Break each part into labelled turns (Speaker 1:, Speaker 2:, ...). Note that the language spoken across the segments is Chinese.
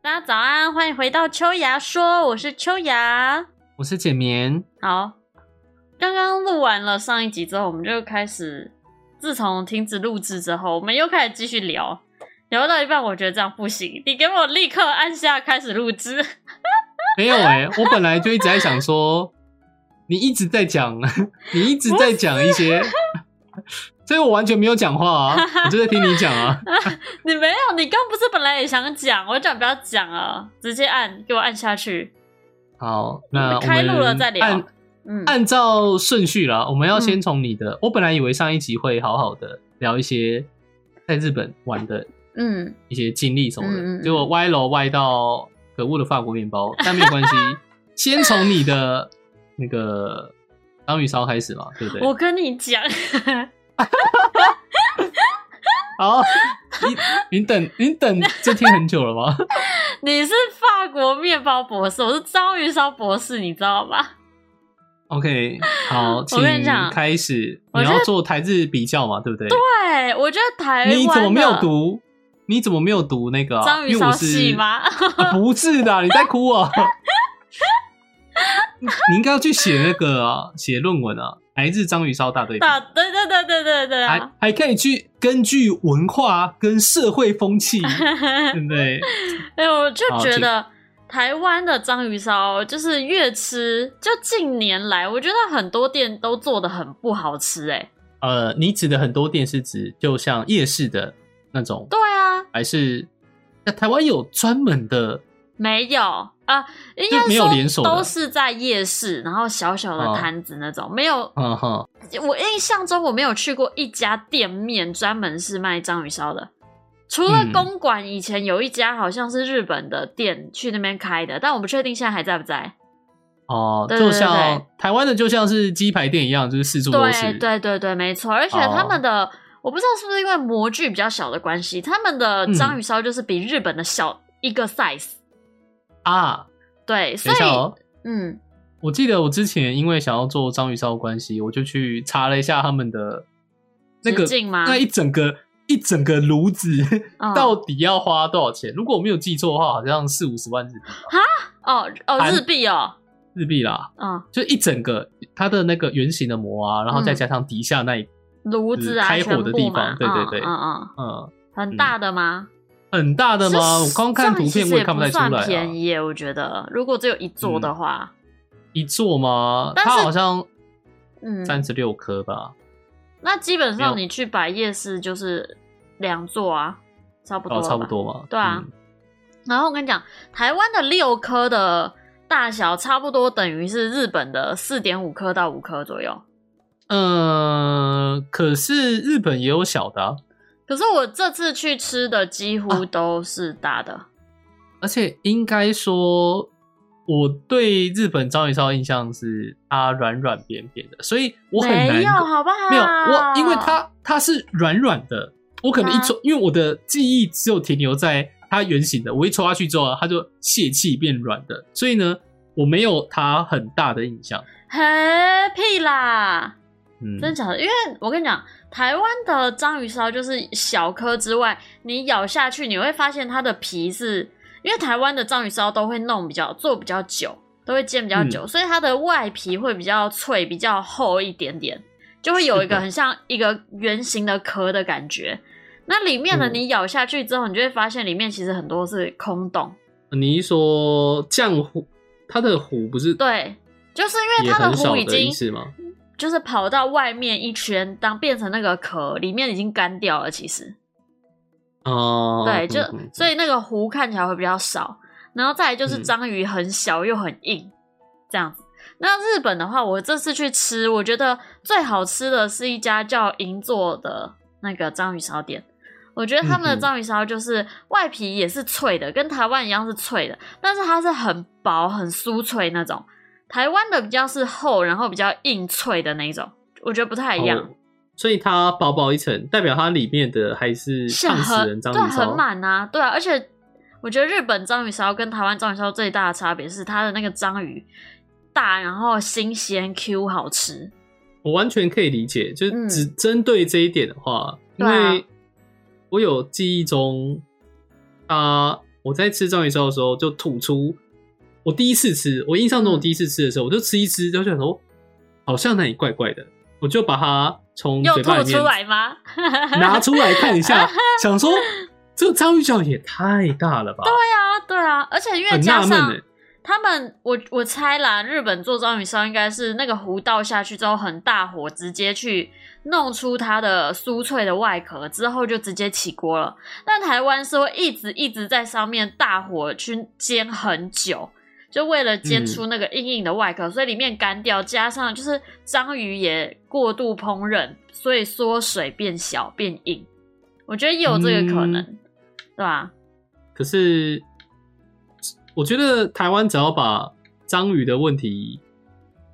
Speaker 1: 大家早安，欢迎回到秋芽说，我是秋芽。
Speaker 2: 我是简眠，
Speaker 1: 好，刚刚录完了上一集之后，我们就开始，自从停止录制之后，我们又开始继续聊，聊到一半，我觉得这样不行，你给我立刻按下开始录制。
Speaker 2: 没有哎、我本来就一直在想说，你一直在讲， 你一直在讲一些，所以我完全没有讲话啊，我就在听你 讲啊。
Speaker 1: 你没有，你刚不是本来也想讲，我讲不要讲啊，直接按，给我按下去。
Speaker 2: 好，那我
Speaker 1: 开录了
Speaker 2: 们
Speaker 1: 再聊
Speaker 2: 按
Speaker 1: 嗯，
Speaker 2: 按照顺序啦，我们要先从你的。我本来以为上一集会好好的聊一些在日本玩的
Speaker 1: 嗯，
Speaker 2: 一些经历什么的，
Speaker 1: 嗯嗯嗯
Speaker 2: 结果歪楼歪到可恶的法国面包，但没有关 系，先从你的那个章鱼烧开始嘛，对不对？
Speaker 1: 我跟你讲， 哦
Speaker 2: 好，你你等你等这天很久了吗？
Speaker 1: 你是法国面包博士，我是章鱼烧博士，你知道吧？
Speaker 2: OK，好，请
Speaker 1: 我跟你讲
Speaker 2: 开始。
Speaker 1: 我
Speaker 2: 你
Speaker 1: 觉
Speaker 2: 要做台日比较嘛，对不对？
Speaker 1: 对，啊哎我觉得台湾
Speaker 2: 你怎么没有
Speaker 1: 的
Speaker 2: 读？你怎么没有读那个、啊、
Speaker 1: 章鱼
Speaker 2: 因为
Speaker 1: 烧
Speaker 2: 我是
Speaker 1: 系吗？
Speaker 2: 啊不是的，你在哭啊！ 你应该要去写那个啊，写论文啊，台日章鱼烧大对 比，
Speaker 1: 啊，对对对对对对
Speaker 2: 还
Speaker 1: 啊！
Speaker 2: 还可以去根据文化跟社会风气，对不对？
Speaker 1: 哎，我就
Speaker 2: 啊好
Speaker 1: 觉
Speaker 2: 请
Speaker 1: 得台湾的章鱼烧就是越吃，就近年来我觉得很多店都做的很不好吃、哎，
Speaker 2: 呃，你指的很多店是指就像夜市的那种
Speaker 1: 对啊，
Speaker 2: 还是那台湾有专门的
Speaker 1: 没有啊，应
Speaker 2: 就
Speaker 1: 该
Speaker 2: 没有连
Speaker 1: 说
Speaker 2: 锁的
Speaker 1: 都是在夜市，然后小小的
Speaker 2: 哦
Speaker 1: 摊子那种，没有。
Speaker 2: 嗯哼，
Speaker 1: 我印象中我没有去过一家店面专门是卖章鱼烧的，除了
Speaker 2: 嗯
Speaker 1: 公馆以前有一家好像是日本的店去那边开的，但我不确定现在还在不在。
Speaker 2: 哦、
Speaker 1: 对
Speaker 2: 就
Speaker 1: 对对
Speaker 2: 像台湾的就像是鸡排店一样，就是四处都
Speaker 1: 对
Speaker 2: 是。
Speaker 1: 对对对，没错，而且
Speaker 2: 哦
Speaker 1: 他们的、我不知道是不是因为模具比较小的关系，他们的
Speaker 2: 嗯
Speaker 1: 章鱼烧就是比日本的小一个 size，、
Speaker 2: 啊，
Speaker 1: 对，所
Speaker 2: 等一
Speaker 1: 以、
Speaker 2: 下哦，
Speaker 1: 嗯，
Speaker 2: 我记得我之前因为想要做章鱼烧的关系，我就去查了一下他们的那个
Speaker 1: 直径吗？
Speaker 2: 那一整个一整个炉子
Speaker 1: 嗯
Speaker 2: 到底要花多少钱？如果我没有记错的话，好像四五十万日币吧
Speaker 1: 哦哦
Speaker 2: 盘
Speaker 1: 日币哦，
Speaker 2: 日币啦，
Speaker 1: 嗯，
Speaker 2: 就一整个它的那个圆形的模啊，然后再加上底下那一
Speaker 1: 炉子啊，
Speaker 2: 开火
Speaker 1: 全
Speaker 2: 的
Speaker 1: 部
Speaker 2: 地
Speaker 1: 嘛
Speaker 2: 方对对对
Speaker 1: 嗯嗯嗯，
Speaker 2: 嗯
Speaker 1: 很大的吗？
Speaker 2: 很大的吗？我
Speaker 1: 是
Speaker 2: 光看图片我也看
Speaker 1: 不
Speaker 2: 太出来、
Speaker 1: 算
Speaker 2: 啊。嗯
Speaker 1: 便宜耶，我觉得如果只有一座的话，
Speaker 2: 一座吗？
Speaker 1: 但是
Speaker 2: 它好像
Speaker 1: 嗯，
Speaker 2: 三十六颗吧，
Speaker 1: 那基本
Speaker 2: 没有
Speaker 1: 上你去摆夜市就是两座啊，差不多、
Speaker 2: 哦，差不。多嘛。
Speaker 1: 对啊
Speaker 2: 嗯，
Speaker 1: 然后我跟你讲，台湾的六颗的大小差不多等于是日本的四点五颗到五颗左右。
Speaker 2: 嗯呃，可是日本也有小的、啊，
Speaker 1: 可是我这次去吃的几乎都是大的，
Speaker 2: 而且应该说，我对日本章鱼烧印象是它软软扁扁的，所以我很难
Speaker 1: 没有啊好不好？
Speaker 2: 没有我，因为它它是软软的，我可能一
Speaker 1: 啊
Speaker 2: 抽，因为我的记忆只有停留在它圆形的，我一抽下去之后啊，它就泄气变软的，所以呢，我没有它很大的印象。
Speaker 1: 嘿屁啦，
Speaker 2: 嗯，
Speaker 1: 真的假的？因为我跟你讲，台湾的章鱼烧就是小颗之外，你咬下去你会发现它的皮是，因为台湾的章鱼烧都会弄比较做比较久，都会煎比较
Speaker 2: 嗯
Speaker 1: 久，所以它的外皮会比较脆、比较厚一点点，就会有一
Speaker 2: 是
Speaker 1: 个
Speaker 2: 的
Speaker 1: 很像一个圆形的壳的感觉。那里面的
Speaker 2: 嗯
Speaker 1: 你咬下去之后，你就会发现里面其实很多是空洞，
Speaker 2: 你一说浆糊，它的糊不是
Speaker 1: 对，就是因为
Speaker 2: 也
Speaker 1: 它
Speaker 2: 很
Speaker 1: 糊
Speaker 2: 少
Speaker 1: 已
Speaker 2: 的
Speaker 1: 经
Speaker 2: 意思吗？
Speaker 1: 就是跑到外面一圈，当变成那个壳，里面已经干掉了。其实，
Speaker 2: 哦，
Speaker 1: 对，就
Speaker 2: 嗯
Speaker 1: 所以那个糊看起来会比较少，然后再来就是
Speaker 2: 嗯
Speaker 1: 章鱼很小又很硬，这样子。那日本的话，我这次去吃，我觉得最好吃的是一家叫银座的那个章鱼烧店。我觉得他们的
Speaker 2: 嗯嗯
Speaker 1: 章鱼烧就是外皮也是脆的，跟台湾一样是脆的，但是它是很薄、很酥脆那种。台湾的比较是厚，然后比较硬脆的那种，我觉得不太一样。
Speaker 2: 哦所以它薄薄一层，代表它里面的还是
Speaker 1: 是
Speaker 2: 烫死
Speaker 1: 很
Speaker 2: 人章
Speaker 1: 对
Speaker 2: 鱼
Speaker 1: 很
Speaker 2: 烧。
Speaker 1: 满啊，对啊，而且我觉得日本章鱼烧跟台湾章鱼烧最大的差别是它的那个章鱼大，然后新鲜 Q 好吃。
Speaker 2: 嗯我完全可以理解，就
Speaker 1: 嗯
Speaker 2: 是只针对这一点的话，
Speaker 1: 对啊
Speaker 2: 因为我有记忆中，啊、我在吃章鱼烧的时候就吐出，我第一次吃，我印象
Speaker 1: 嗯
Speaker 2: 中我第一次吃的时候，我就吃一吃，就想说好像哪里怪怪的，我就把它从
Speaker 1: 又
Speaker 2: 嘴巴
Speaker 1: 吐
Speaker 2: 里面
Speaker 1: 出来吗？
Speaker 2: 拿出来看一下，想说这个章鱼脚也太大了吧，
Speaker 1: 对啊，对啊，而且因为
Speaker 2: 很
Speaker 1: 加
Speaker 2: 纳闷
Speaker 1: 上
Speaker 2: 哎。
Speaker 1: 他们，我我猜啦，日本做章鱼烧应该是那个湖倒下去之后，很大火直接去弄出它的酥脆的外壳，之后就直接起锅了。但台湾是会一直一直在上面大火去煎很久，就为了煎
Speaker 2: 嗯
Speaker 1: 出那个硬硬的外壳，所以里面干掉，加上就是章鱼也过度烹饪，所以缩水变小变硬。我觉得也有这个可能，
Speaker 2: 嗯
Speaker 1: 对吧、
Speaker 2: 可是我觉得台湾只要把章鱼的问题，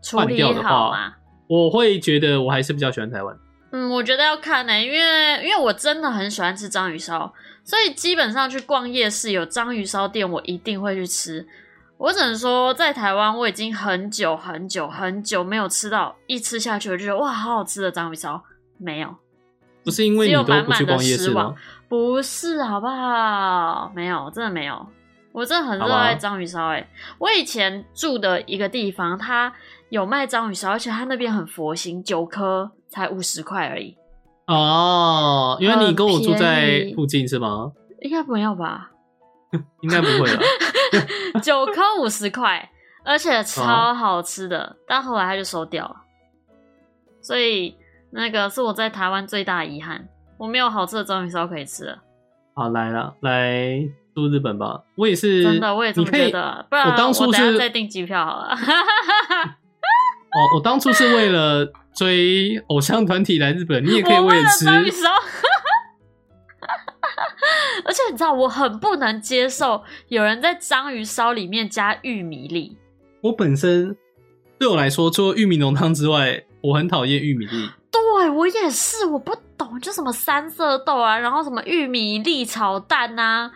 Speaker 1: 处
Speaker 2: 换
Speaker 1: 理
Speaker 2: 掉的
Speaker 1: 好
Speaker 2: 话
Speaker 1: 嘛。
Speaker 2: 我会觉得我还是比较喜欢台湾。
Speaker 1: 嗯，我觉得要看呢、因为因为我真的很喜欢吃章鱼烧，所以基本上去逛夜市有章鱼烧店，我一定会去吃。我只能说，在台湾我已经很久很久很久没有吃到，一吃下去我就觉得哇，好好吃的章鱼烧，没有，
Speaker 2: 不是因为
Speaker 1: 只
Speaker 2: 你
Speaker 1: 有
Speaker 2: 都
Speaker 1: 满
Speaker 2: 不去
Speaker 1: 满的
Speaker 2: 逛夜
Speaker 1: 失
Speaker 2: 市
Speaker 1: 望
Speaker 2: 吗？。
Speaker 1: 不是，好不好？没有，真的没有。我真的很热
Speaker 2: 好
Speaker 1: 爱
Speaker 2: 吧
Speaker 1: 章鱼烧，哎，我以前住的一个地方，它有卖章鱼烧，而且它那边很佛心，九颗才五十块而已，
Speaker 2: 哦，原来你跟我住
Speaker 1: 嗯很便
Speaker 2: 在
Speaker 1: 宜
Speaker 2: 附近是吗？哦
Speaker 1: 应该不要吧？
Speaker 2: 应该不会 了。
Speaker 1: 九颗五十块，而且
Speaker 2: 啊
Speaker 1: 超好吃的，但后来他就收掉了。所以那个是我在台湾最大的遗憾，我没有好吃的章鱼烧可以吃了。
Speaker 2: 好，来了，来住日本吧。我也是，
Speaker 1: 真的，我也这
Speaker 2: 你
Speaker 1: 么
Speaker 2: 可
Speaker 1: 觉
Speaker 2: 以
Speaker 1: 得。不然
Speaker 2: 我当初
Speaker 1: 等下
Speaker 2: 是
Speaker 1: 再订机票好了。
Speaker 2: 哦，我当初是为了追偶像团体来日本，你也可 以
Speaker 1: 我为
Speaker 2: 了吃。
Speaker 1: 章鱼烧。而且你知道，我很不能接受有人在章鱼烧里面加玉米粒。
Speaker 2: 我本身对我来说，除了玉米浓汤之外，我很讨厌玉米粒。
Speaker 1: 对我也是，我不懂，就什么三色豆啊，然后什么玉米粒炒蛋啊，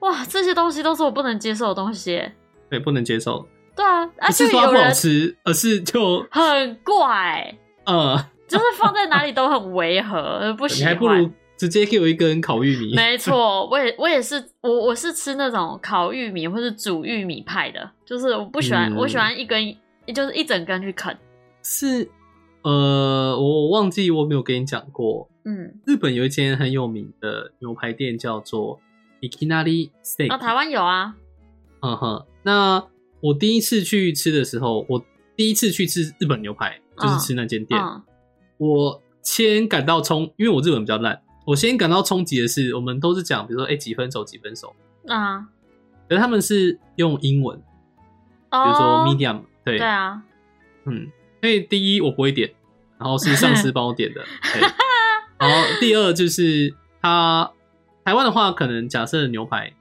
Speaker 1: 哇，这些东西都是我不能接受的东西。
Speaker 2: 对，不能接受。
Speaker 1: 对啊，而
Speaker 2: 不
Speaker 1: 且
Speaker 2: 是说它
Speaker 1: 有
Speaker 2: 不好
Speaker 1: 人
Speaker 2: 吃，而是就
Speaker 1: 很怪，
Speaker 2: 呃，
Speaker 1: 就是放在哪里都很违和，不喜
Speaker 2: 你
Speaker 1: 欢。
Speaker 2: 还不如直接给我一根烤玉米。
Speaker 1: 没错，我也我也是，我我是吃那种烤玉米或是煮玉米派的，就是我不喜欢，
Speaker 2: 嗯
Speaker 1: 我喜欢一根，就是一整根去啃。
Speaker 2: 是呃，我我忘记我没有跟你讲过，
Speaker 1: 嗯，
Speaker 2: 日本有一间很有名的牛排店叫做 Ikinari Steak。
Speaker 1: 那、台湾有啊，
Speaker 2: 嗯哼，那我第一次去吃的时候，我第一次去吃日本牛排就是吃那间店。
Speaker 1: 嗯
Speaker 2: 我先感到冲，因为我日文比较烂，我先感到冲击的是，我们都是讲比如说哎、几分熟几分熟，
Speaker 1: 啊，
Speaker 2: 可是他们是用英文，比
Speaker 1: 哦，
Speaker 2: 如说 medium，、对
Speaker 1: 对啊，
Speaker 2: 嗯，所以第一我不会点，然后是上司帮我点的，对。然后第二就是他台湾的话，可能假设牛排，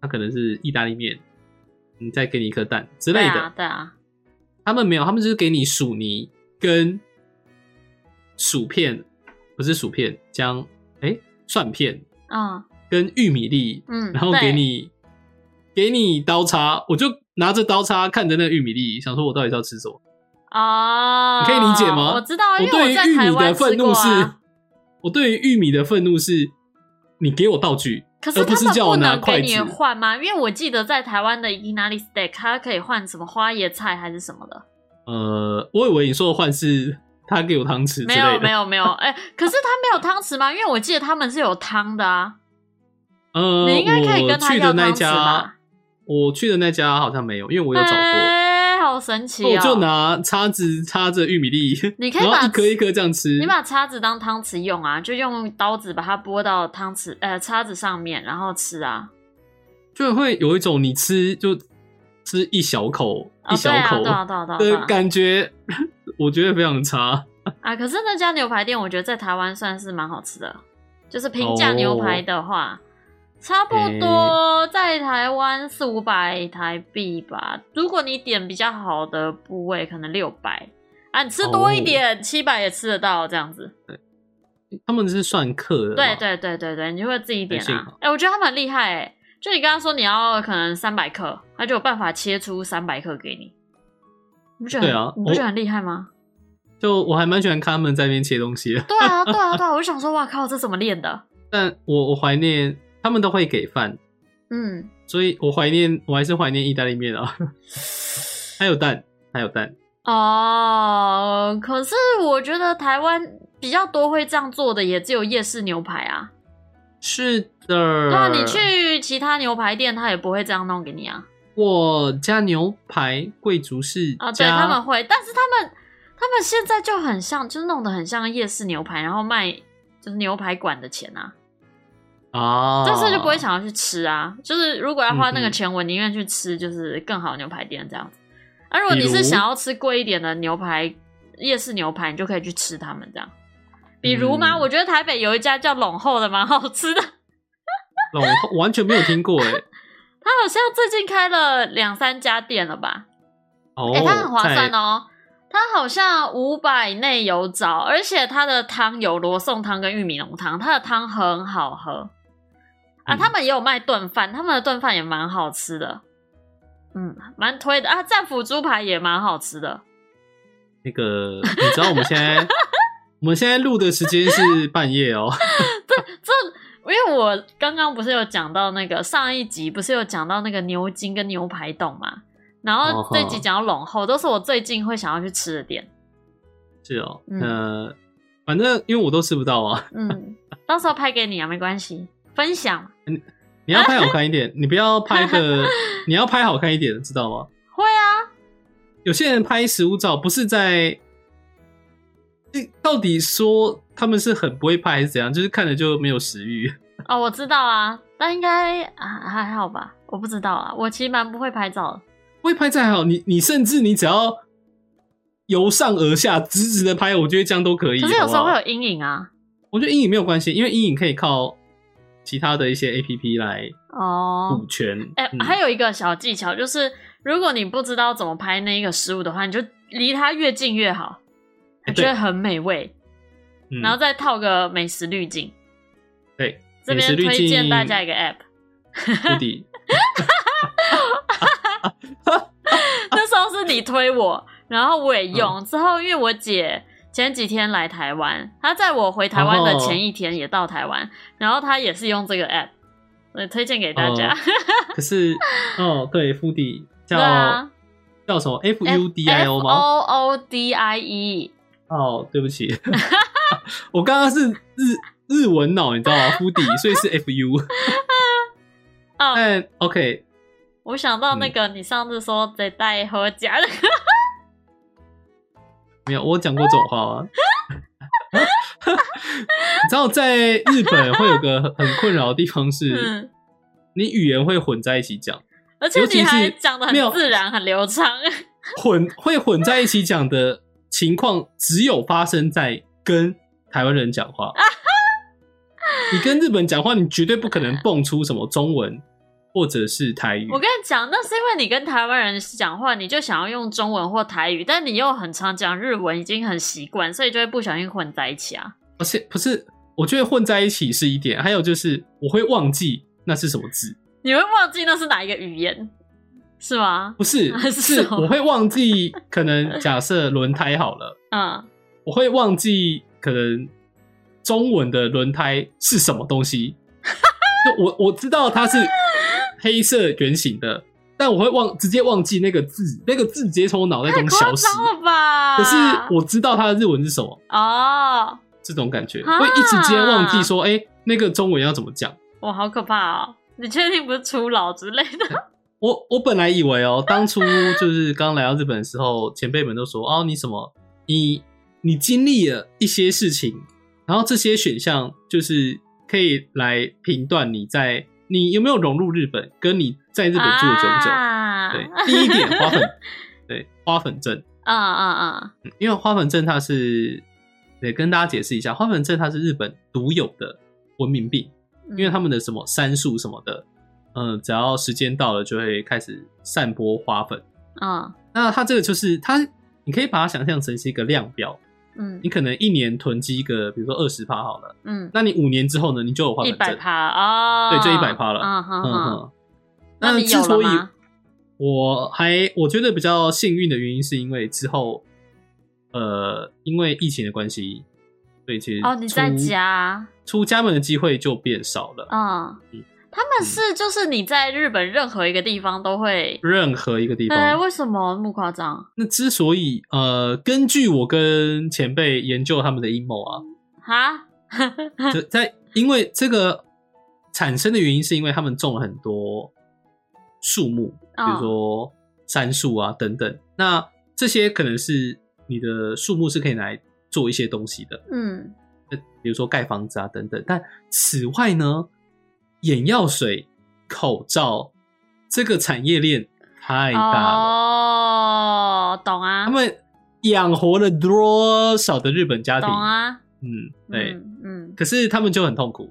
Speaker 2: 它可能是意大利面，你再给你一颗蛋之
Speaker 1: 对
Speaker 2: 类的，
Speaker 1: 啊，对啊，
Speaker 2: 他们没有，他们就是给你薯泥跟薯片，不是薯片，姜，哎、蒜片
Speaker 1: 嗯
Speaker 2: 跟玉米粒，
Speaker 1: 嗯，
Speaker 2: 然后
Speaker 1: 对
Speaker 2: 给你给你刀叉，我就拿着刀叉看着那个玉米粒，想说我到底是要吃什么。
Speaker 1: 哦，
Speaker 2: 你可以理解吗
Speaker 1: 我知道，哦因
Speaker 2: 我
Speaker 1: 为
Speaker 2: 对
Speaker 1: 我在
Speaker 2: 于玉
Speaker 1: 台
Speaker 2: 米的
Speaker 1: 湾吃
Speaker 2: 愤怒
Speaker 1: 过
Speaker 2: 是，
Speaker 1: 啊。
Speaker 2: 我对于玉米的愤怒是，你给我道具，
Speaker 1: 可是
Speaker 2: 而
Speaker 1: 他
Speaker 2: 不是
Speaker 1: 们
Speaker 2: 叫我拿
Speaker 1: 能给
Speaker 2: 筷
Speaker 1: 你
Speaker 2: 子。
Speaker 1: 换吗？因为我记得在台湾的 Inari Steak，它可以换什么花椰菜还是什么的。
Speaker 2: 呃，我以为你说的换是他给我汤匙之
Speaker 1: 没有
Speaker 2: 类
Speaker 1: 没
Speaker 2: 的。
Speaker 1: 有没有，哎、可是它没有汤匙吗？因为我记得他们是有汤的啊。
Speaker 2: 呃，
Speaker 1: 你应该可以跟
Speaker 2: 我
Speaker 1: 他
Speaker 2: 去
Speaker 1: 要
Speaker 2: 的那
Speaker 1: 汤
Speaker 2: 一
Speaker 1: 匙吧
Speaker 2: 家，？我去的那家好像没有，因 为我有找过。
Speaker 1: 哎、好神奇
Speaker 2: 我
Speaker 1: 哦！
Speaker 2: 就拿叉子插着玉米粒，
Speaker 1: 你可以
Speaker 2: 然
Speaker 1: 把
Speaker 2: 后一颗一颗这样吃。
Speaker 1: 你把叉子当汤匙用啊，就用刀子把它拨到汤匙呃叉子上面，然后吃啊。
Speaker 2: 就会有一种你吃就吃一小口、
Speaker 1: 哦，
Speaker 2: 一小
Speaker 1: 对啊，
Speaker 2: 口呃
Speaker 1: 对啊，对啊，对啊对啊
Speaker 2: 的感觉， 我觉得非常差。
Speaker 1: 啊，可是那家牛排店，我觉得在台湾算是蛮好吃的，就是平价牛排的话，差不多在台湾四五百台币吧。如果你点比较好的部位，可能六百啊，你吃多一
Speaker 2: 哦
Speaker 1: 点，七百、也吃得到这样子。
Speaker 2: 他们是算客的，
Speaker 1: 对，对对对对，你就会自己点
Speaker 2: 很幸
Speaker 1: 啊
Speaker 2: 好。
Speaker 1: 哎、我觉得他们很厉害哎、就你刚刚说你要可能三百克，他就有办法切出三百克给你，你不觉得很
Speaker 2: 对啊
Speaker 1: 你不觉得
Speaker 2: 我
Speaker 1: 很厉害吗？
Speaker 2: 就我还蛮喜欢看他们在那边切东西的。
Speaker 1: 对啊，对啊，对啊！我就想说，哇靠，这怎么练的？
Speaker 2: 但我我怀念他们都会给饭，
Speaker 1: 嗯，
Speaker 2: 所以我怀念，我还是怀念意大利面啊，还有蛋，还有蛋，
Speaker 1: 哦，可是我觉得台湾比较多会这样做的，也只有夜市牛排啊。
Speaker 2: 是的。
Speaker 1: 对啊，你去其他牛排店，他也不会这样弄给你啊。
Speaker 2: 我加牛排贵族式
Speaker 1: 啊，对，
Speaker 2: 加
Speaker 1: 他们会，但是他们他们现在就很像，就是弄得很像夜市牛排，然后卖就是牛排馆的钱啊，
Speaker 2: 啊，
Speaker 1: 但是就不会想要去吃啊。就是如果要花那
Speaker 2: 嗯
Speaker 1: 个
Speaker 2: 嗯
Speaker 1: 钱，我宁愿去吃就是更好的牛排店这样子。啊，如果你
Speaker 2: 比如
Speaker 1: 是想要吃贵一点的牛排，夜市牛排，你就可以去吃他们这样。比如吗？
Speaker 2: 嗯
Speaker 1: 我觉得台北有一家叫陇后的，蛮好吃的。
Speaker 2: 那我完全没有听过哎、
Speaker 1: 它好像最近开了两三家店了吧？
Speaker 2: 哦，
Speaker 1: 哎、它很划算
Speaker 2: 在
Speaker 1: 哦。它好像五百内有找，而且它的汤有罗宋汤跟玉米浓汤，它的汤很好喝啊。
Speaker 2: 嗯
Speaker 1: 他们也有卖炖饭，他们的炖饭也蛮好吃的，嗯，蛮推的啊。战斧猪排也蛮好吃的，
Speaker 2: 那个，你知道我们 现在我们现在录的时间是半夜哦，
Speaker 1: 因为我刚刚不是有讲到那个上一集不是有讲到那个牛筋跟牛排冻嘛，然
Speaker 2: 哦
Speaker 1: 后
Speaker 2: 吼
Speaker 1: 这集讲到龙后，都是我最近会想要去吃的店。
Speaker 2: 是哦，
Speaker 1: 嗯
Speaker 2: 呃，反正因为我都吃不到啊，
Speaker 1: 嗯，到时候拍给你啊，没关系，分享
Speaker 2: 你要拍好看一 点，你不要拍个，你要拍好看一点，知道吗？
Speaker 1: 会啊，
Speaker 2: 有些人拍食物照不是在，这到底说他们是很不会拍还是怎样？就是看了就没有食欲。
Speaker 1: 哦，我知道啊，但应该啊还好吧，我不知道啊，我其实蛮不会拍照的，
Speaker 2: 不会拍再好，你你甚至你只要由上而下直直的拍，我觉得这样都可以。
Speaker 1: 可是有时
Speaker 2: 好
Speaker 1: 候
Speaker 2: 不
Speaker 1: 会
Speaker 2: 好
Speaker 1: 有阴影啊。
Speaker 2: 我觉得阴影没有关系，因为阴影可以靠其他的一些 A P P 来
Speaker 1: 哦
Speaker 2: 补，全。
Speaker 1: 哎、
Speaker 2: 嗯
Speaker 1: 还有一个小技巧就是，如果你不知道怎么拍那一个食物的话，你就离它越近越好，
Speaker 2: 哎
Speaker 1: 你
Speaker 2: 对
Speaker 1: 觉得很美味，
Speaker 2: 嗯
Speaker 1: 然后再套个美食滤镜。
Speaker 2: 对，
Speaker 1: 这
Speaker 2: 美食
Speaker 1: 边
Speaker 2: 滤
Speaker 1: 推荐
Speaker 2: 镜
Speaker 1: 大家一个 app，
Speaker 2: 目的，
Speaker 1: 那时候是你推我，然后我也
Speaker 2: 嗯
Speaker 1: 用。之后因为我姐前几天来台湾，她在我回台湾
Speaker 2: 哦
Speaker 1: 的前一天也到台湾，然后她也是用这个 app，所以推荐给大家。
Speaker 2: 哦 可是哦，对，腹地叫、
Speaker 1: 对啊
Speaker 2: 叫什么 F U D I O 吗？
Speaker 1: O O D I E，
Speaker 2: 哦，对不起， 我刚刚是日日文脑，你知道 吗？腹地，所以是 F U。
Speaker 1: 哦
Speaker 2: 但 OK，
Speaker 1: 我想到
Speaker 2: 嗯
Speaker 1: 那个你上次说在带喝假的，
Speaker 2: 没有，我讲过这种话吗？ 你知道在日本会有个很很困扰的地方是，
Speaker 1: 嗯，
Speaker 2: 你语言会混在一起讲，
Speaker 1: 而且
Speaker 2: 尤其
Speaker 1: 你
Speaker 2: 是
Speaker 1: 还讲的
Speaker 2: 没有
Speaker 1: 很自然、很流畅。
Speaker 2: 混会混在一起讲的情况，只有发生在跟台湾人 讲话。你跟日本讲话，你绝对不可能蹦出什么中文或者是台语
Speaker 1: 我。跟你讲，那是因为你跟台湾人讲话，你就想要用中文或台语，但你又很常讲日文，已经很习惯，所以就会不小心混在一起啊。
Speaker 2: 而且不是，我觉得混在一起是一点，还有就是我会忘记那是什么字。
Speaker 1: 你会忘记那是哪一个语言，是吗？，
Speaker 2: 不是
Speaker 1: 是
Speaker 2: 是
Speaker 1: 哦
Speaker 2: 我会忘记，可能假设轮胎好了，
Speaker 1: 嗯，
Speaker 2: 我会忘记可能中文的轮胎是什么东西。就我我知道它是黑色圆形的，但我会忘直接忘记那个字，那个字直接从我脑袋
Speaker 1: 太
Speaker 2: 中
Speaker 1: 夸
Speaker 2: 消失。
Speaker 1: 张了吧？
Speaker 2: 可是我知道它的日文是什么，
Speaker 1: 哦，
Speaker 2: 这种感觉
Speaker 1: 啊
Speaker 2: 会一直间忘记说，哎、那个中文要怎么讲？
Speaker 1: 我好可怕哦！你确定不是初老之类的？
Speaker 2: 我我本来以为哦，当初就是刚来到日本的时候，前辈们都说哦，你什么，你你经历了一些事情，然后这些选项就是可以来评断你在你有没有融入日本，跟你在日
Speaker 1: 日
Speaker 2: 本住了久不久。
Speaker 1: 啊、
Speaker 2: 对，第一点花粉， 对花粉症，
Speaker 1: 嗯嗯嗯，
Speaker 2: 嗯因为花粉症它是，得跟大家解释一下，花粉症它是日本独有的文明病。
Speaker 1: 嗯
Speaker 2: 因为他们的什么杉树什么的，嗯，只要时间到了就会开始散播花粉。
Speaker 1: 嗯
Speaker 2: 那它这个就是它，你可以把它想象成是一个量表，
Speaker 1: 嗯
Speaker 2: 你可能一年囤积一个，比如说二十趴好了，
Speaker 1: 嗯，
Speaker 2: 那你五年之后呢，你就有花
Speaker 1: 一
Speaker 2: 粉
Speaker 1: 百
Speaker 2: 症。
Speaker 1: 趴哦，
Speaker 2: 对就100趴了
Speaker 1: 嗯哼
Speaker 2: 嗯
Speaker 1: 哼，
Speaker 2: 哼。
Speaker 1: 那你
Speaker 2: 之
Speaker 1: 有
Speaker 2: 所
Speaker 1: 了
Speaker 2: 以
Speaker 1: 吗？
Speaker 2: 我还我觉得比较幸运的原因，是因为之后，呃，因为疫情的关系，所以其实
Speaker 1: 哦你在
Speaker 2: 出
Speaker 1: 家啊
Speaker 2: 出家门的机会就变少了。
Speaker 1: 嗯，他们是就是你在日本任何一个地方都会，
Speaker 2: 任何一个地
Speaker 1: 哎、
Speaker 2: 方。
Speaker 1: 为什么那么夸张？
Speaker 2: 那之所以呃，根据我跟前辈研究他们的阴谋啊，
Speaker 1: 哈，
Speaker 2: 就在因为这个产生的原因，是因为他们种了很多树木，比
Speaker 1: 嗯
Speaker 2: 如说杉树啊等等。那这些可能是你的树木是可以拿来做一些东西的，
Speaker 1: 嗯，
Speaker 2: 呃比如说盖房子啊等等。但此外呢，眼药水、口罩这个产业链太大了，
Speaker 1: 哦，懂啊
Speaker 2: 他，们养活了多少的日本家庭
Speaker 1: 懂？啊，
Speaker 2: 嗯，对。
Speaker 1: 嗯嗯，
Speaker 2: 可是他们就很痛苦。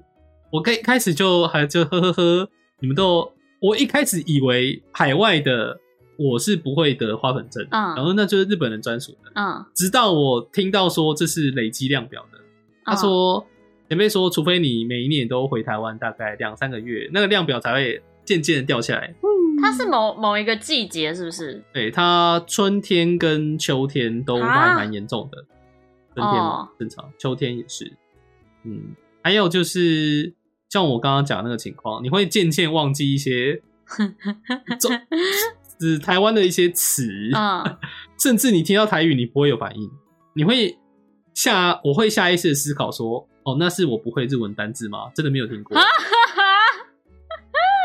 Speaker 2: 我开开始就还就呵呵呵，你们都，我一开始以为海外的我是不会得花粉症，
Speaker 1: 嗯
Speaker 2: 然后那就是日本人专属的。
Speaker 1: 嗯，
Speaker 2: 直到我听到说这是累积量表的，他
Speaker 1: 嗯
Speaker 2: 说前辈说，除非你每一年都回台湾大概两三个月，那个量表才会渐渐的掉下来。
Speaker 1: 它是某某一个季节，是不是？
Speaker 2: 对，它春天跟秋天都还
Speaker 1: 啊
Speaker 2: 蛮严重的，春天嘛
Speaker 1: 哦
Speaker 2: 正常，秋天也是。嗯，还有就是像我刚刚讲的那个情况，你会渐渐忘 记一些中指台湾的一些词，
Speaker 1: 嗯，
Speaker 2: 甚至你听到台语你不会有反应，你会下我会下意识的思考说，哦，那是我不会日文单字吗？真的没有听
Speaker 1: 啊
Speaker 2: 过。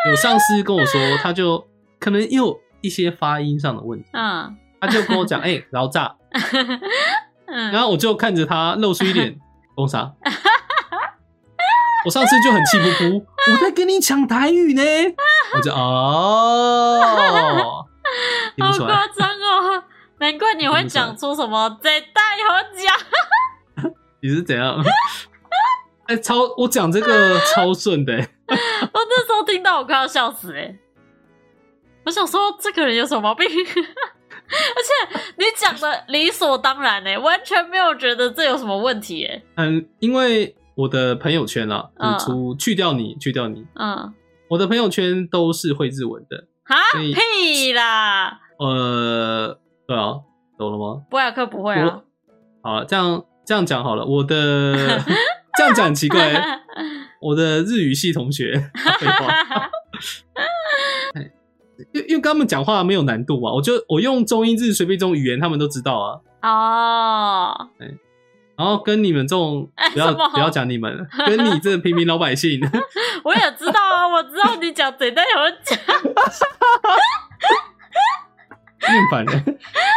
Speaker 2: 有上司跟我说，他就可能也有一些发音上的问题，
Speaker 1: 嗯，
Speaker 2: 他就跟我讲，哎、老炸，
Speaker 1: 嗯，
Speaker 2: 然后我就看着他露出 一脸工伤。我上次就很气不服，我在跟你讲台语呢，我 就哦，听
Speaker 1: 好
Speaker 2: 不出来
Speaker 1: 夸，张哦！难怪你会讲出什么“在大有奖
Speaker 2: 你是怎样？哎、超我讲这个超顺的、”，
Speaker 1: 我哦那时候听到我快要笑死哎、我想说这个人有什么毛病？ 而且你讲的理所当然哎、完全没有觉得这有什么问题哎、
Speaker 2: 嗯，因为我的朋友圈啊，
Speaker 1: 嗯
Speaker 2: 你除去掉你，去掉你，
Speaker 1: 嗯，
Speaker 2: 我的朋友圈都是会日文的，
Speaker 1: 哈
Speaker 2: 所以
Speaker 1: 屁啦，
Speaker 2: 呃，对啊，懂了吗？
Speaker 1: 博雅克不会啊
Speaker 2: 我，好了，这样这样讲好了，我的这样讲很奇怪，欸 我的日语系同学，废话，因为因为跟他们讲话没有难度嘛，我就我用中英日随便一种语言，他们都知道啊。
Speaker 1: 哦，
Speaker 2: 然后跟你们这种不要
Speaker 1: 哎什么
Speaker 2: 不要讲 你们，跟你这平民老百姓，
Speaker 1: 我也知道啊，我知道你讲嘴但有人讲，
Speaker 2: 面反了。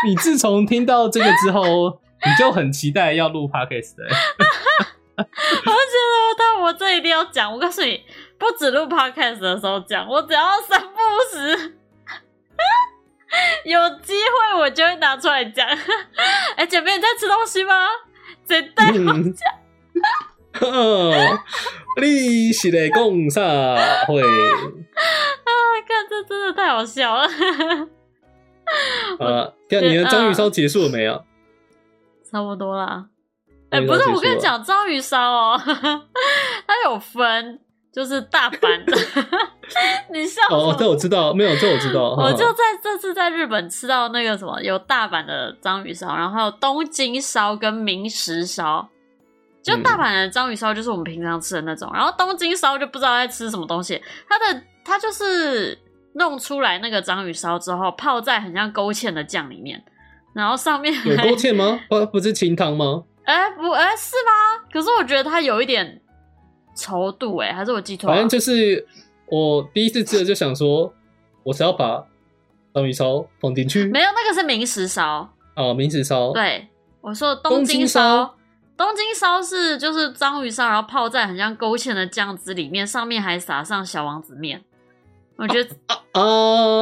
Speaker 2: 你自从听到这个之后，你就很期待要录 podcast 的、
Speaker 1: 我就觉得我但我这一定要讲。我告诉你，不止录 podcast 的时候讲，我只要三不五时 有机会，我就会拿出来讲。哎、姐妹，你在吃东西吗？绝对
Speaker 2: 嗯， 哦，你是来讲啥会？
Speaker 1: 啊！看这真的太好笑 了。
Speaker 2: 啊，看你的章鱼
Speaker 1: 呃
Speaker 2: 烧结束了没啊有？
Speaker 1: 差不多啦。哎、
Speaker 2: 章鱼
Speaker 1: 不
Speaker 2: 烧结束
Speaker 1: 是，
Speaker 2: 了
Speaker 1: 我跟你，讲，章鱼烧哦， 它有分，就是大阪的。 你笑什
Speaker 2: 哦哦，
Speaker 1: 么
Speaker 2: 这我知道，没有，这我知道，嗯
Speaker 1: 我就
Speaker 2: 哈
Speaker 1: 在这次在日本吃到那个什么，有大阪的章鱼烧，然后还有东京烧跟明石烧。就
Speaker 2: 嗯
Speaker 1: 大阪的章鱼烧就是我们平常吃的那种，然后东京烧就不知道在吃什么东西。它的它就是弄出来那个章鱼烧之后，泡在很像勾芡的酱里面，然后上面还
Speaker 2: 有勾芡 吗？不，不是清汤吗？
Speaker 1: 哎、不哎、是吗？可是我觉得它有一点稠度哎、还是我记错了？
Speaker 2: 反正就是我第一次吃了就想说，我是要把章鱼烧放进去
Speaker 1: 没有那个是明石烧。
Speaker 2: 啊，明石烧，
Speaker 1: 对，我说的
Speaker 2: 东
Speaker 1: 东
Speaker 2: 京
Speaker 1: 京
Speaker 2: 烧
Speaker 1: 烧，东京烧是就是章鱼烧，然后泡在很像勾芡的酱汁里面，上面还撒上小王子面。我觉得，
Speaker 2: 啊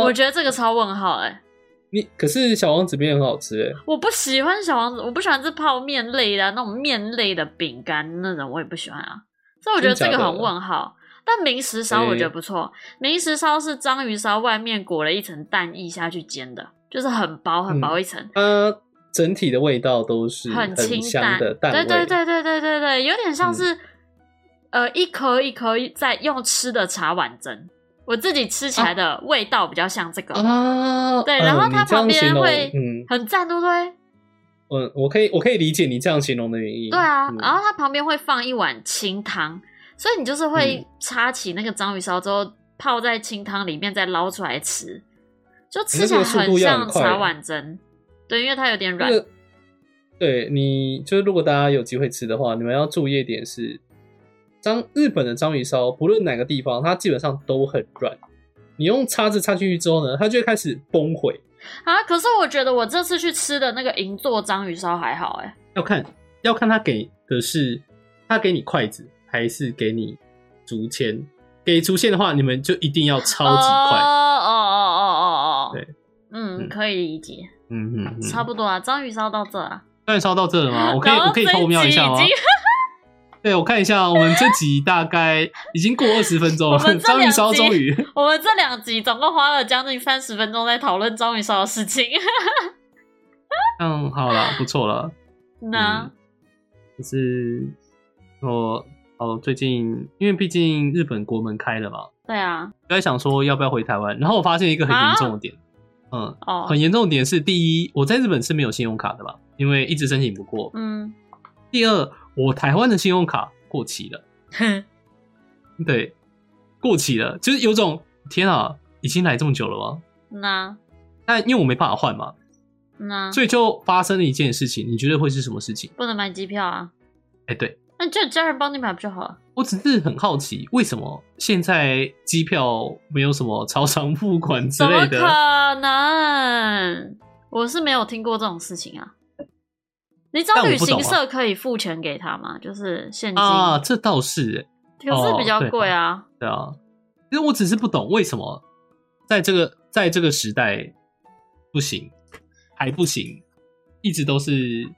Speaker 1: 我，觉得这个超问号哎、
Speaker 2: 你可是小王子面很好吃哎，
Speaker 1: 我不喜欢小王子，我不喜欢吃泡面类的啊、那种面类的饼干那种，我也不喜欢啊。所以我觉得这
Speaker 2: 真
Speaker 1: 个
Speaker 2: 假的
Speaker 1: 很问号。但明石烧
Speaker 2: 诶
Speaker 1: 我觉得不错，明石烧是章鱼烧外面裹了一层蛋液下去煎的，就是很薄很
Speaker 2: 嗯
Speaker 1: 薄一层，
Speaker 2: 它整体的味道都是
Speaker 1: 很清
Speaker 2: 香的蛋
Speaker 1: 对
Speaker 2: 味，嗯
Speaker 1: 对对对对对对，有点像是、呃一颗一颗在用吃的茶碗蒸，我自己吃起来的味道比较像这个，
Speaker 2: 啊，
Speaker 1: 对
Speaker 2: 嗯
Speaker 1: 然后它
Speaker 2: 你这样
Speaker 1: 旁边
Speaker 2: 形容
Speaker 1: 会
Speaker 2: 嗯
Speaker 1: 很赞，对不对？
Speaker 2: 嗯，我可以我可以理解你这样形容的原因，
Speaker 1: 对啊，
Speaker 2: 嗯嗯
Speaker 1: 然后它旁边会放一碗清汤，所以你就是会插起那个章鱼烧之后，泡在清汤里面再捞出来吃，就
Speaker 2: 可
Speaker 1: 吃
Speaker 2: 是
Speaker 1: 起
Speaker 2: 哎这
Speaker 1: 来
Speaker 2: 个速度
Speaker 1: 很
Speaker 2: 要很
Speaker 1: 像
Speaker 2: 快
Speaker 1: 茶
Speaker 2: 耶
Speaker 1: 碗蒸。对，因为它有点软
Speaker 2: 这。个对你就是，如果大家有机会吃的话，你们要注意一点是，章日本的章鱼烧，不论哪个地方，它基本上都很软。你用叉子插进去之后呢，它就会开始崩毁。
Speaker 1: 啊，可是我觉得我这次去吃的那个银座章鱼烧还好哎、
Speaker 2: 要看要看他给的是他给你筷子还是给你竹签。给竹签的话，你们就一定要超级快。
Speaker 1: 哦哦哦哦哦哦，
Speaker 2: 对，
Speaker 1: 嗯，
Speaker 2: 嗯
Speaker 1: 可以理解，
Speaker 2: 嗯嗯嗯，
Speaker 1: 差不多啊，章鱼烧到这啊，
Speaker 2: 那你烧到这了吗？我可以
Speaker 1: 然后
Speaker 2: 我可以
Speaker 1: 这
Speaker 2: 偷瞄一
Speaker 1: 集
Speaker 2: 下吗
Speaker 1: 已？经
Speaker 2: 对，我看一下，我们这集大概已经过二十分 钟
Speaker 1: 我们
Speaker 2: 了，
Speaker 1: 这两
Speaker 2: 章
Speaker 1: 集
Speaker 2: 鱼烧终于。
Speaker 1: 我们这两集总共花了将近三十分钟在讨论章鱼烧的事情，
Speaker 2: 嗯，好啦，不错了。
Speaker 1: 那、
Speaker 2: 嗯就是我哦，最近因为毕竟日本国门开了嘛，
Speaker 1: 对啊，
Speaker 2: 就在想说要不要回台湾。然后我发现一个很严重的点，嗯，
Speaker 1: 哦，
Speaker 2: 很严重的点是，第一，我在日本是没有信用卡的嘛，因为一直申请不过；
Speaker 1: 嗯，
Speaker 2: 第二，我台湾的信用卡过期了，
Speaker 1: 哼
Speaker 2: 对，过期了，就是有种天啊，已经来这么久了吗？
Speaker 1: 那
Speaker 2: 但因为我没办法换嘛，
Speaker 1: 那
Speaker 2: 所以就发生了一件事情。你觉得会是什么事情？
Speaker 1: 不能买机票啊，
Speaker 2: 哎、对
Speaker 1: 那你叫你家人帮你买不就好了？
Speaker 2: 我只是很好奇，为什么现在机票没有什么超商付款之
Speaker 1: 怎么
Speaker 2: 类的？
Speaker 1: 可能？我是没有听过这种事情啊。你知道
Speaker 2: 但我
Speaker 1: 旅
Speaker 2: 不懂啊
Speaker 1: 行社可以付钱给他吗？就是现金，
Speaker 2: 啊，这倒是、欸，
Speaker 1: 可是比较
Speaker 2: 哦对
Speaker 1: 贵啊。
Speaker 2: 对啊，因为我只是不懂为什么在这个在这个时代不行，还不行，一直都是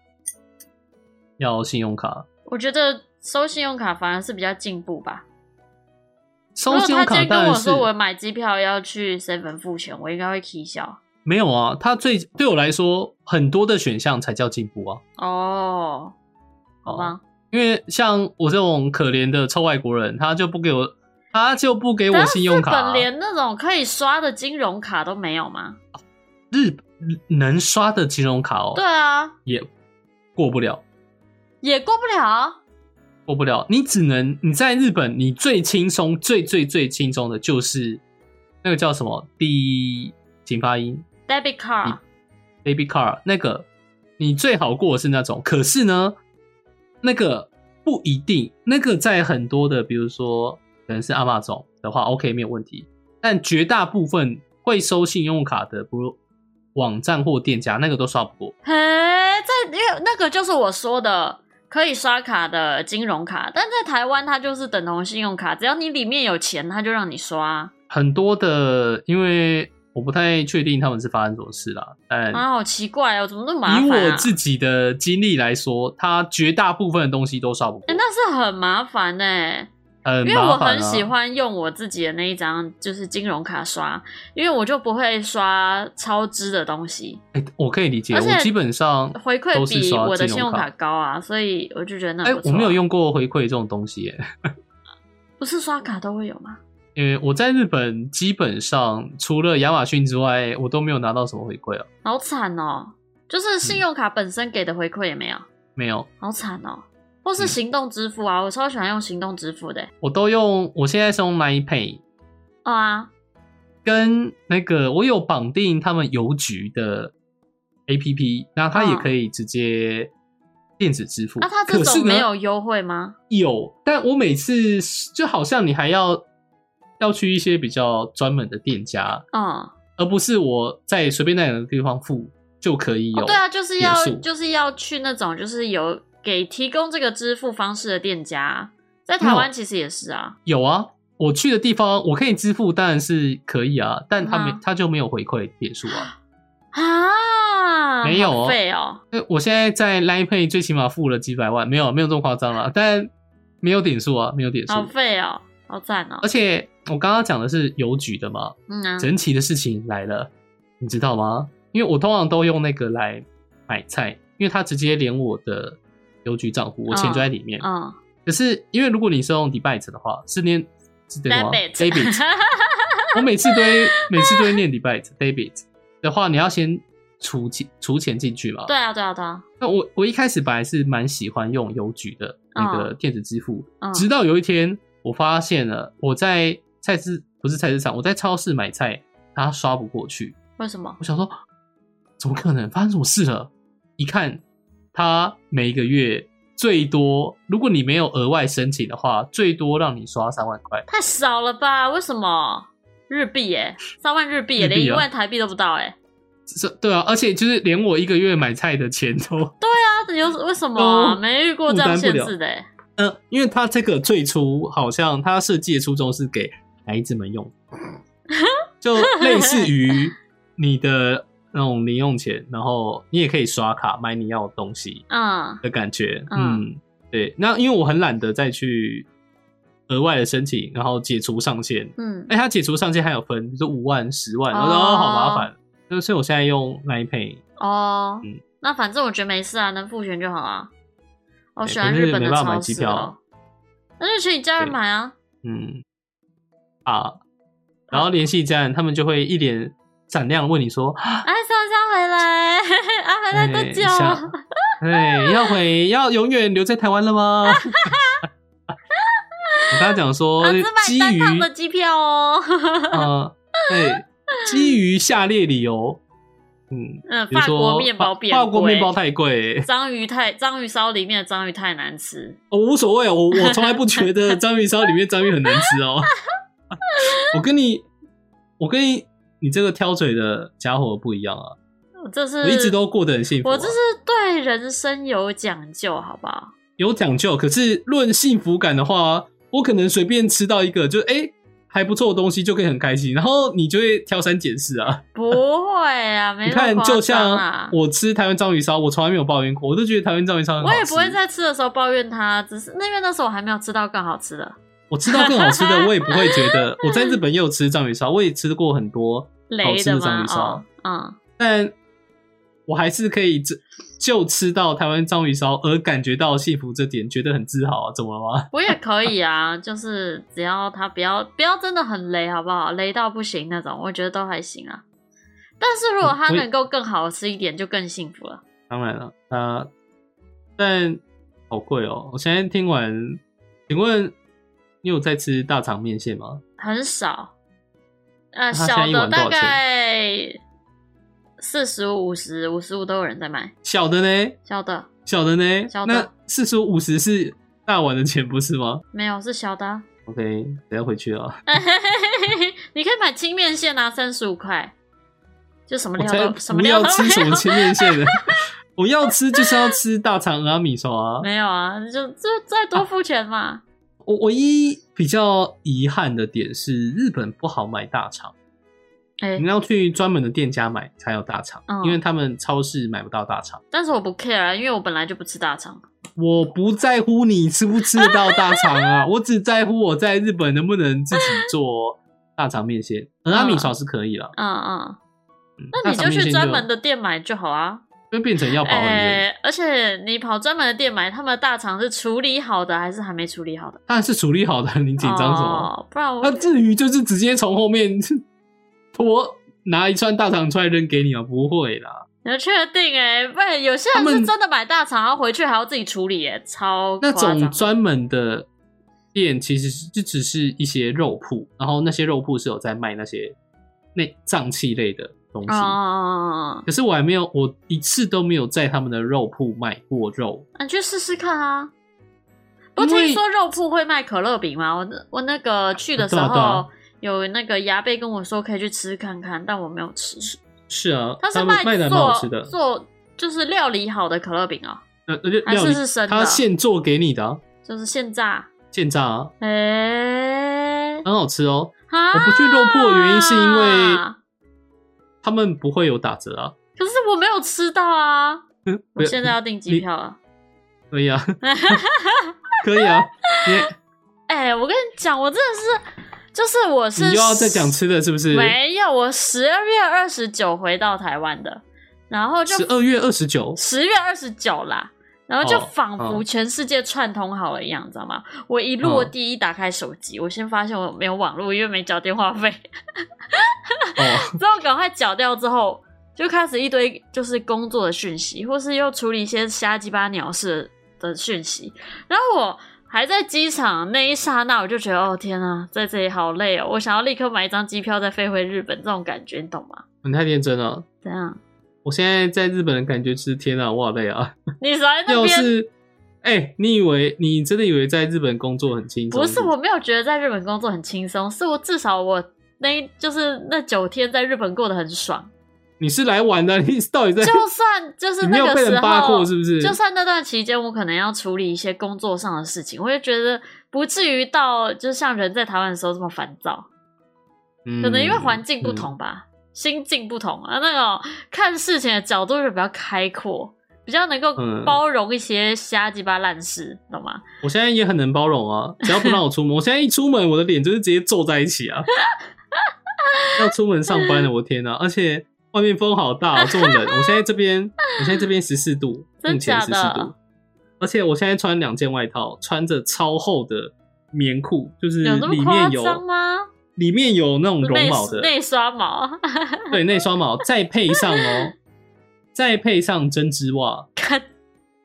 Speaker 2: 要信用卡，
Speaker 1: 我觉得收信用卡反而是比较进步吧。
Speaker 2: 收信用
Speaker 1: 如果他今
Speaker 2: 卡
Speaker 1: 天
Speaker 2: 当
Speaker 1: 跟我
Speaker 2: 然是
Speaker 1: 说我买机票要去 seven 付钱，我应该会起笑
Speaker 2: 没有啊。它最对我来说，很多的选项才叫进步啊。
Speaker 1: 哦。好吧，
Speaker 2: 因为像我这种可怜的臭外国人，他就不给我，他就不给我
Speaker 1: 但
Speaker 2: 信用卡、啊
Speaker 1: 日本连那种可以刷的金融卡都没有吗？
Speaker 2: 日能刷的金融卡哦，
Speaker 1: 对啊，
Speaker 2: 也过不了，
Speaker 1: 也过不了啊。
Speaker 2: 过不了。你只能你在日本，你最轻松、最最最轻松的就是那个叫什么第一请发音
Speaker 1: debit card，
Speaker 2: baby car 那个，你最好过的是那种。可是呢，那个不一定，那个在很多的，比如说可能是阿玛总的话，OK 没有问题。但绝大部分会收信用卡的，不如网站或店家，那个都刷不过。
Speaker 1: 嘿，在因为那个就是我说的可以刷卡的金融卡，但在台湾它就是等同信用卡，只要你里面有钱，它就让你刷，
Speaker 2: 很多的，因为我不太确定他们是发生什么事啦，但
Speaker 1: 啊，好奇怪哦，怎么那么麻
Speaker 2: 以
Speaker 1: 烦、啊？
Speaker 2: 我自己的经历来说，它绝大部分的东西都刷不过
Speaker 1: 哎、，那是很麻烦欸呢、
Speaker 2: 很
Speaker 1: 因为我
Speaker 2: 麻烦
Speaker 1: 很
Speaker 2: 啊。
Speaker 1: 喜欢用我自己的那一张就是金融卡刷，因为我就不会刷超支的东西，
Speaker 2: 哎我可以理解，
Speaker 1: 而且
Speaker 2: 我基本上
Speaker 1: 回馈
Speaker 2: 都是
Speaker 1: 比
Speaker 2: 刷
Speaker 1: 我的信
Speaker 2: 金
Speaker 1: 用
Speaker 2: 融
Speaker 1: 卡。高啊，所以我就觉得那
Speaker 2: 哎、
Speaker 1: 很不错、啊
Speaker 2: 我没有，用过回馈这种东西耶，
Speaker 1: 不是刷卡都会有吗？
Speaker 2: 因为我在日本基本上除了亚马逊之外，我都没有拿到什么回馈啊，
Speaker 1: 好惨哦，
Speaker 2: 嗯
Speaker 1: 就是信用卡本身给的回馈也没有。
Speaker 2: 没有，
Speaker 1: 好惨哦！或是
Speaker 2: 嗯
Speaker 1: 行动支付啊，我超喜欢用行动支付的欸。
Speaker 2: 我都用，我现在是用 Line Pay，
Speaker 1: 哦啊，
Speaker 2: 跟那个我有绑定他们邮局的 APP，那它也可以直接电子支付。
Speaker 1: 那嗯啊它这
Speaker 2: 可是
Speaker 1: 种
Speaker 2: 呢
Speaker 1: 没有优惠吗？
Speaker 2: 有，但我每次就好像你还要要去一些比较专门的店家，
Speaker 1: 嗯，哦
Speaker 2: 而不是我在随便那两个地方付就可以有。
Speaker 1: 对啊，就是要
Speaker 2: 点数
Speaker 1: 就是要去那种就是有给提供这个支付方式的店家，在台湾
Speaker 2: 嗯
Speaker 1: 其实也是啊。
Speaker 2: 有啊，我去的地方我可以支付，当然是可以啊，但他没、
Speaker 1: 嗯
Speaker 2: 他就没有回馈点数啊。
Speaker 1: 啊，
Speaker 2: 没有哦
Speaker 1: 好费哦，
Speaker 2: 呃我现在在 Line Pay 最起码付了几百万，没有没有这么夸张啦，但没有点数啊，没有点数。
Speaker 1: 好费哦，好赞哦
Speaker 2: 而。且我刚刚讲的是邮局的嘛，
Speaker 1: 嗯啊，
Speaker 2: 神奇的事情来了，你知道吗？因为我通常都用那个来买菜，因为它直接连我的邮局账户，我钱就在里面。
Speaker 1: 嗯
Speaker 2: 可是因为如果你是用 debit 的话，是念是对吗
Speaker 1: Debit
Speaker 2: ？debit，我 每次都会每次都会念 debit debit 的话，你要先储钱储钱进去嘛。
Speaker 1: 对啊，对啊，对啊。
Speaker 2: 那我我一开始本来是蛮喜欢用邮局的那个电子支付，
Speaker 1: 嗯
Speaker 2: 直到有一天，我发现了我在菜市不是菜市场，我在超市买菜，它刷不过去。
Speaker 1: 为什么？
Speaker 2: 我想说，怎么可能？发生什么事了？一看，它每个月最多，如果你没有额外申请的话，最多让你刷三万块。
Speaker 1: 太少了吧？为什么？日币耶、三万日币耶、
Speaker 2: 日币啊
Speaker 1: 连一万台币都不到哎、
Speaker 2: 是，对啊，而且就是连我一个月买菜的钱 都，
Speaker 1: 那有为什么啊、
Speaker 2: 都
Speaker 1: 没遇过这样限
Speaker 2: 负担不
Speaker 1: 制
Speaker 2: 了
Speaker 1: 的、欸？
Speaker 2: 呃，因为它这个最初好像它设计的初衷是给孩子们用，就类似于你的那种零用钱，然后你也可以刷卡买你要的东西。
Speaker 1: 嗯
Speaker 2: 的感觉。
Speaker 1: 嗯
Speaker 2: 嗯，对。那因为我很懒得再去额外的申请，然后解除上限。
Speaker 1: 嗯，
Speaker 2: 哎、它解除上限还有分，比如说五万、十万，
Speaker 1: 哦
Speaker 2: 然后哦好麻烦。那所以我现在用 Line Pay，
Speaker 1: 哦，
Speaker 2: 嗯
Speaker 1: 那反正我觉得没事啊，能付钱就好啊。我
Speaker 2: 哎
Speaker 1: 喜欢
Speaker 2: 可是
Speaker 1: 日本的
Speaker 2: 没办法买
Speaker 1: 超
Speaker 2: 机
Speaker 1: 市
Speaker 2: 票啊
Speaker 1: 哦，那就请你家人
Speaker 2: 对
Speaker 1: 买啊。
Speaker 2: 嗯，啊，然后联系家人，他们就会一脸闪亮地问你说
Speaker 1: 哎，上上回来， 啊，回：“来多久？
Speaker 2: 哎想哎，要回要永远留在台湾了吗？” 我跟他讲说
Speaker 1: 啊，只，
Speaker 2: 基
Speaker 1: 买单
Speaker 2: 于
Speaker 1: 趟的机票哦。
Speaker 2: 呃，对，基于下列理由，嗯，
Speaker 1: 嗯，
Speaker 2: 比如
Speaker 1: 法
Speaker 2: 说
Speaker 1: 国面包
Speaker 2: 法
Speaker 1: 变
Speaker 2: 法国面包
Speaker 1: 贵
Speaker 2: 太贵、
Speaker 1: 章鱼太章鱼烧里面的章鱼太难吃。
Speaker 2: 我、无所谓，哦我我从来不觉得章鱼烧里面章鱼很难吃哦。 我跟你，我跟你，你这个挑嘴的家伙不一样啊！
Speaker 1: 我这是
Speaker 2: 我一直都过得很幸福
Speaker 1: 嗯
Speaker 2: 啊、
Speaker 1: 我这是对人生有讲究，好不好？
Speaker 2: 有讲究，可是论幸福感的话，我可能随便吃到一个，就哎、诶还不错的东西就可以很开心，然后你就会挑三拣四啊。
Speaker 1: 不会啊，没
Speaker 2: 你
Speaker 1: 那么
Speaker 2: 看，
Speaker 1: 夸
Speaker 2: 就
Speaker 1: 张
Speaker 2: 像
Speaker 1: 啊。
Speaker 2: 我吃台湾章鱼烧，我从来没有抱怨过，我都觉得台湾章鱼烧很好
Speaker 1: 我
Speaker 2: 吃。
Speaker 1: 也不会在吃的时候抱怨它，只是那因为那时候我还没有吃到更好吃的
Speaker 2: 我吃到更好吃的，我也不会觉 得。我在日本也有吃章鱼烧，我也吃过很多，
Speaker 1: 雷
Speaker 2: 好吃的章
Speaker 1: 吗
Speaker 2: 鱼？烧
Speaker 1: 哦，嗯，
Speaker 2: 但我还是可以只就吃到台湾章鱼烧而感觉到幸福，这点觉得很自豪啊！怎么了吗？
Speaker 1: 我也可以啊， 就是只要它不要不要真的很雷，好不好？雷到不行那种，我觉得都还行啊。但是如果它
Speaker 2: 我也
Speaker 1: 能够更好吃一点，就更幸福了。
Speaker 2: 当然了，呃，但好贵哦！我现在听完，请问你有在吃大肠面线吗？
Speaker 1: 很少，呃，
Speaker 2: 它现在
Speaker 1: 小
Speaker 2: 一
Speaker 1: 的
Speaker 2: 碗多
Speaker 1: 大
Speaker 2: 少钱
Speaker 1: 概四十五、五十、五十五都有人在买，
Speaker 2: 小的呢？
Speaker 1: 小的
Speaker 2: 小的呢？
Speaker 1: 小的
Speaker 2: 那四十五十是大碗的钱不是吗
Speaker 1: 没有是小的啊、
Speaker 2: ？OK，等一下回去啊。
Speaker 1: 你可以买清面线啊，三十五块，就什么
Speaker 2: 我
Speaker 1: 料
Speaker 2: 才
Speaker 1: 都什么
Speaker 2: 不
Speaker 1: 料
Speaker 2: 要
Speaker 1: 都
Speaker 2: 吃
Speaker 1: 没
Speaker 2: 什么
Speaker 1: 有，
Speaker 2: 切面线的， 我要吃就是要吃大肠阿米烧啊。
Speaker 1: 没有啊，就就再多付钱嘛。
Speaker 2: 我唯一比较遗憾的点是，日本不好买大肠，
Speaker 1: 哎、
Speaker 2: 你要去专门的店家买才有大肠
Speaker 1: 嗯，
Speaker 2: 因为他们超市买不到大肠。
Speaker 1: 但是我不 care，啊因为我本来就不吃大肠。
Speaker 2: 我不在乎你吃不吃得到大肠啊，我只在乎我在日本能不能自己做大肠面线。阿米烧是可以了，
Speaker 1: 嗯嗯，
Speaker 2: 嗯
Speaker 1: 那你
Speaker 2: 大肠面
Speaker 1: 去
Speaker 2: 线
Speaker 1: 专门的店买就好啊。
Speaker 2: 就变成要保很
Speaker 1: 哎、
Speaker 2: 远，
Speaker 1: 而且你跑专门的店买，他们的大肠是处理好的还是还没处理好的？
Speaker 2: 当然是处理好的，你紧张什么？
Speaker 1: 哦？不然我
Speaker 2: 那至于就是直接从后面 拖拿一串大肠出来扔给你啊？不会啦，
Speaker 1: 你要确定哎、不然有些人
Speaker 2: 他
Speaker 1: 是
Speaker 2: 们
Speaker 1: 真的买大肠，然后回去还要自己处理哎、超
Speaker 2: 那
Speaker 1: 夸张
Speaker 2: 种专门的店其实是就只是一些肉铺，然后那些肉铺是有在卖那些内脏器类的东西。
Speaker 1: 哦哦哦哦
Speaker 2: 可是我还没有，我一次都没有在他们的肉铺买过肉。
Speaker 1: 那你去试试看啊。不
Speaker 2: 因为
Speaker 1: 听说肉铺会卖可乐饼吗？我那我那个去的时
Speaker 2: 对啊对
Speaker 1: 候
Speaker 2: 啊，
Speaker 1: 有那个牙贝跟我说可以去吃看看，但我没有吃。
Speaker 2: 是啊，
Speaker 1: 它是
Speaker 2: 他们卖的蛮好
Speaker 1: 做
Speaker 2: 吃的，
Speaker 1: 做就是料理好的可乐饼哦，
Speaker 2: 呃，而且
Speaker 1: 还
Speaker 2: 料
Speaker 1: 是
Speaker 2: 理
Speaker 1: 是生的
Speaker 2: 他现做给你的啊、
Speaker 1: 就是现炸。
Speaker 2: 现炸、啊，
Speaker 1: 哎、
Speaker 2: 很好吃哦。
Speaker 1: 啊！
Speaker 2: 我不去肉铺的原因是因为他们不会有打折啊。
Speaker 1: 可是我没有吃到啊！我
Speaker 2: 嗯不
Speaker 1: 现在要订机
Speaker 2: 你
Speaker 1: 票了。
Speaker 2: 可 以啊，可以啊，你
Speaker 1: 哎、我跟你讲，我真的是，就是我是
Speaker 2: 你又要再讲吃的是不是？
Speaker 1: 没有，我十二月二十九回到台湾的，然后就
Speaker 2: 十二月二十九，
Speaker 1: 十月二十九啦，然后就
Speaker 2: 哦
Speaker 1: 仿佛
Speaker 2: 嗯
Speaker 1: 全世界串通好了一样，知道吗？我一落
Speaker 2: 嗯
Speaker 1: 地一打开手机，我先发现我没有网络，因为没缴电话费，
Speaker 2: 哦，
Speaker 1: 之后赶快缴掉之后。就开始一堆就是工作的讯息，或是又处理一些瞎鸡巴鸟事的讯息，然后我还在机场那一刹那，我就觉得哦天啊，在这里好累哦，我想要立刻买一张机票再飞回日本，这种感觉你懂吗？
Speaker 2: 你太天真了。
Speaker 1: 怎样？
Speaker 2: 我现在在日本的感觉就是天啊，我好累啊！
Speaker 1: 你在那
Speaker 2: 要
Speaker 1: 边？
Speaker 2: 是，哎、你以为你真的以为在日本工作很轻松？
Speaker 1: 不是，我没有觉得在日本工作很轻松，是我至少我那一就是那九天在日本过得很爽。
Speaker 2: 你是来玩的，你到底在？
Speaker 1: 就算就是
Speaker 2: 你
Speaker 1: 那
Speaker 2: 没有
Speaker 1: 个
Speaker 2: 被
Speaker 1: 时
Speaker 2: 人八
Speaker 1: 候
Speaker 2: 卦，是不是？
Speaker 1: 就算那段期间我可能要处理一些工作上的事情，我就觉得不至于到就像人在台湾的时候这么烦躁。可能因为环境不
Speaker 2: 嗯
Speaker 1: 同吧，心境不同啊，那种看事情的角度就比较开阔，比较能够
Speaker 2: 嗯
Speaker 1: 包容一些瞎鸡巴烂事，懂吗？
Speaker 2: 我现在也很能包容啊，只要不让我出门，我现在一出门，我的脸就是直接皱在一起啊。要出门上班了，我天哪、而且外面风好大、哦，这么冷。我现在这边，我现在这边十四度，
Speaker 1: 真
Speaker 2: 目前
Speaker 1: 假
Speaker 2: 十
Speaker 1: 的
Speaker 2: 四度，而且我现在穿两件外套，穿着超厚的棉裤，就是
Speaker 1: 有那么
Speaker 2: 里
Speaker 1: 夸
Speaker 2: 面有
Speaker 1: 张吗？
Speaker 2: 里面有那种绒
Speaker 1: 内
Speaker 2: 毛的，
Speaker 1: 内刷毛，
Speaker 2: 对，内双毛，再配上哦，再配上针织袜。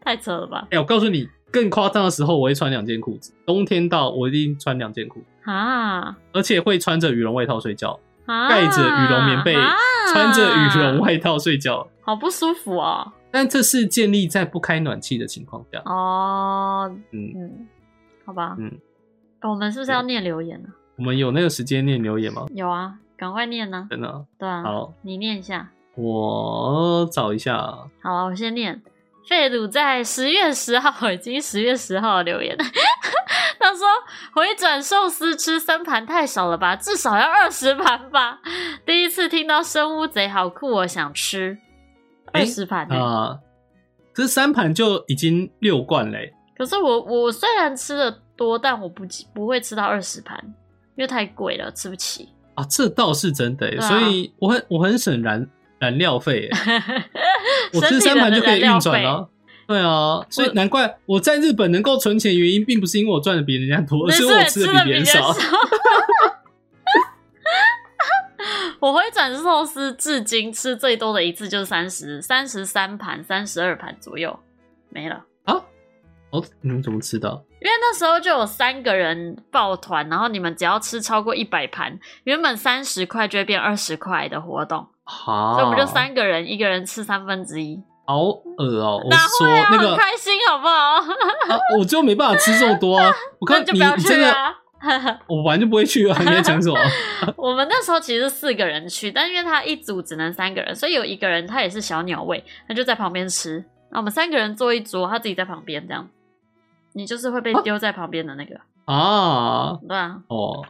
Speaker 1: 太扯了吧？
Speaker 2: 哎、我告诉你，更夸张的时候，我会穿两件裤子。冬天到，我一定穿两件裤子。
Speaker 1: 啊
Speaker 2: 而且会穿着羽绒外套睡觉，
Speaker 1: 啊！
Speaker 2: 盖着羽绒棉被
Speaker 1: 啊、
Speaker 2: 穿着羽绒，外套睡觉。
Speaker 1: 好不舒服哦。
Speaker 2: 但这是建立在不开暖气的情况下。
Speaker 1: 哦，
Speaker 2: 嗯，
Speaker 1: 嗯，好吧，哦
Speaker 2: 嗯
Speaker 1: 我们是不是要念留言呢、啊
Speaker 2: 我们有那个时间念留言吗？
Speaker 1: 有啊，赶快念呢、
Speaker 2: 真的。
Speaker 1: 对啊，
Speaker 2: 好，
Speaker 1: 你念一下。
Speaker 2: 我找一下。
Speaker 1: 好啊，我先念。费鲁在十月十号，已经十月十号的留言， 他说回转寿司吃三盘太少了吧，至少要二十盘吧。第一次听到生乌贼，好酷哦，我想吃
Speaker 2: 诶
Speaker 1: 二十盘呢、
Speaker 2: 啊，这三盘就已经六罐嘞、
Speaker 1: 可是我我虽然吃的多，但我不不会吃到二十盘，因为太贵了，吃不起。
Speaker 2: 啊，这倒是真的、欸，
Speaker 1: 对啊
Speaker 2: 所以我很我很省燃燃料费、欸，我
Speaker 1: 身体
Speaker 2: 吃三
Speaker 1: 的
Speaker 2: 盘就可
Speaker 1: 燃
Speaker 2: 以
Speaker 1: 料
Speaker 2: 运转
Speaker 1: 费
Speaker 2: 了、对啊，所以难怪我在日本能够存钱，原因并不是因为我赚的比人家多，而
Speaker 1: 那是
Speaker 2: 是我
Speaker 1: 我
Speaker 2: 吃
Speaker 1: 的
Speaker 2: 的
Speaker 1: 比
Speaker 2: 别人
Speaker 1: 较
Speaker 2: 少。
Speaker 1: 少。 我回转寿司至今吃最多的一次就是三十三十三盘、三十二盘左右，没了。
Speaker 2: 啊？ 哦，你们怎么吃的？
Speaker 1: 因为那时候就有三个人抱团，然后你们只要吃超过一百盘，原本三十块就会变二十块的活动，
Speaker 2: 好，
Speaker 1: 所以我们就三个人，一个人吃三分之一，
Speaker 2: 好恶哦、我
Speaker 1: 哪
Speaker 2: 是说
Speaker 1: 会啊？
Speaker 2: 那个
Speaker 1: 很，开心好不好？
Speaker 2: 啊我就没办法吃这么多 啊！ 我看
Speaker 1: 那就
Speaker 2: 你
Speaker 1: 不要
Speaker 2: 你
Speaker 1: 去
Speaker 2: 真的，
Speaker 1: 啊。
Speaker 2: 我完全不会去 啊！你在讲什么？
Speaker 1: 我们那时候其实是四个人去，但因为他一组只能三个人，所以有一个人他也是小鸟胃，他就在旁边吃。那我们三个人坐一桌，他自己在旁边这样，你就是会被
Speaker 2: 哦
Speaker 1: 丢在旁边的那个，
Speaker 2: 啊，
Speaker 1: 对啊。
Speaker 2: 哦，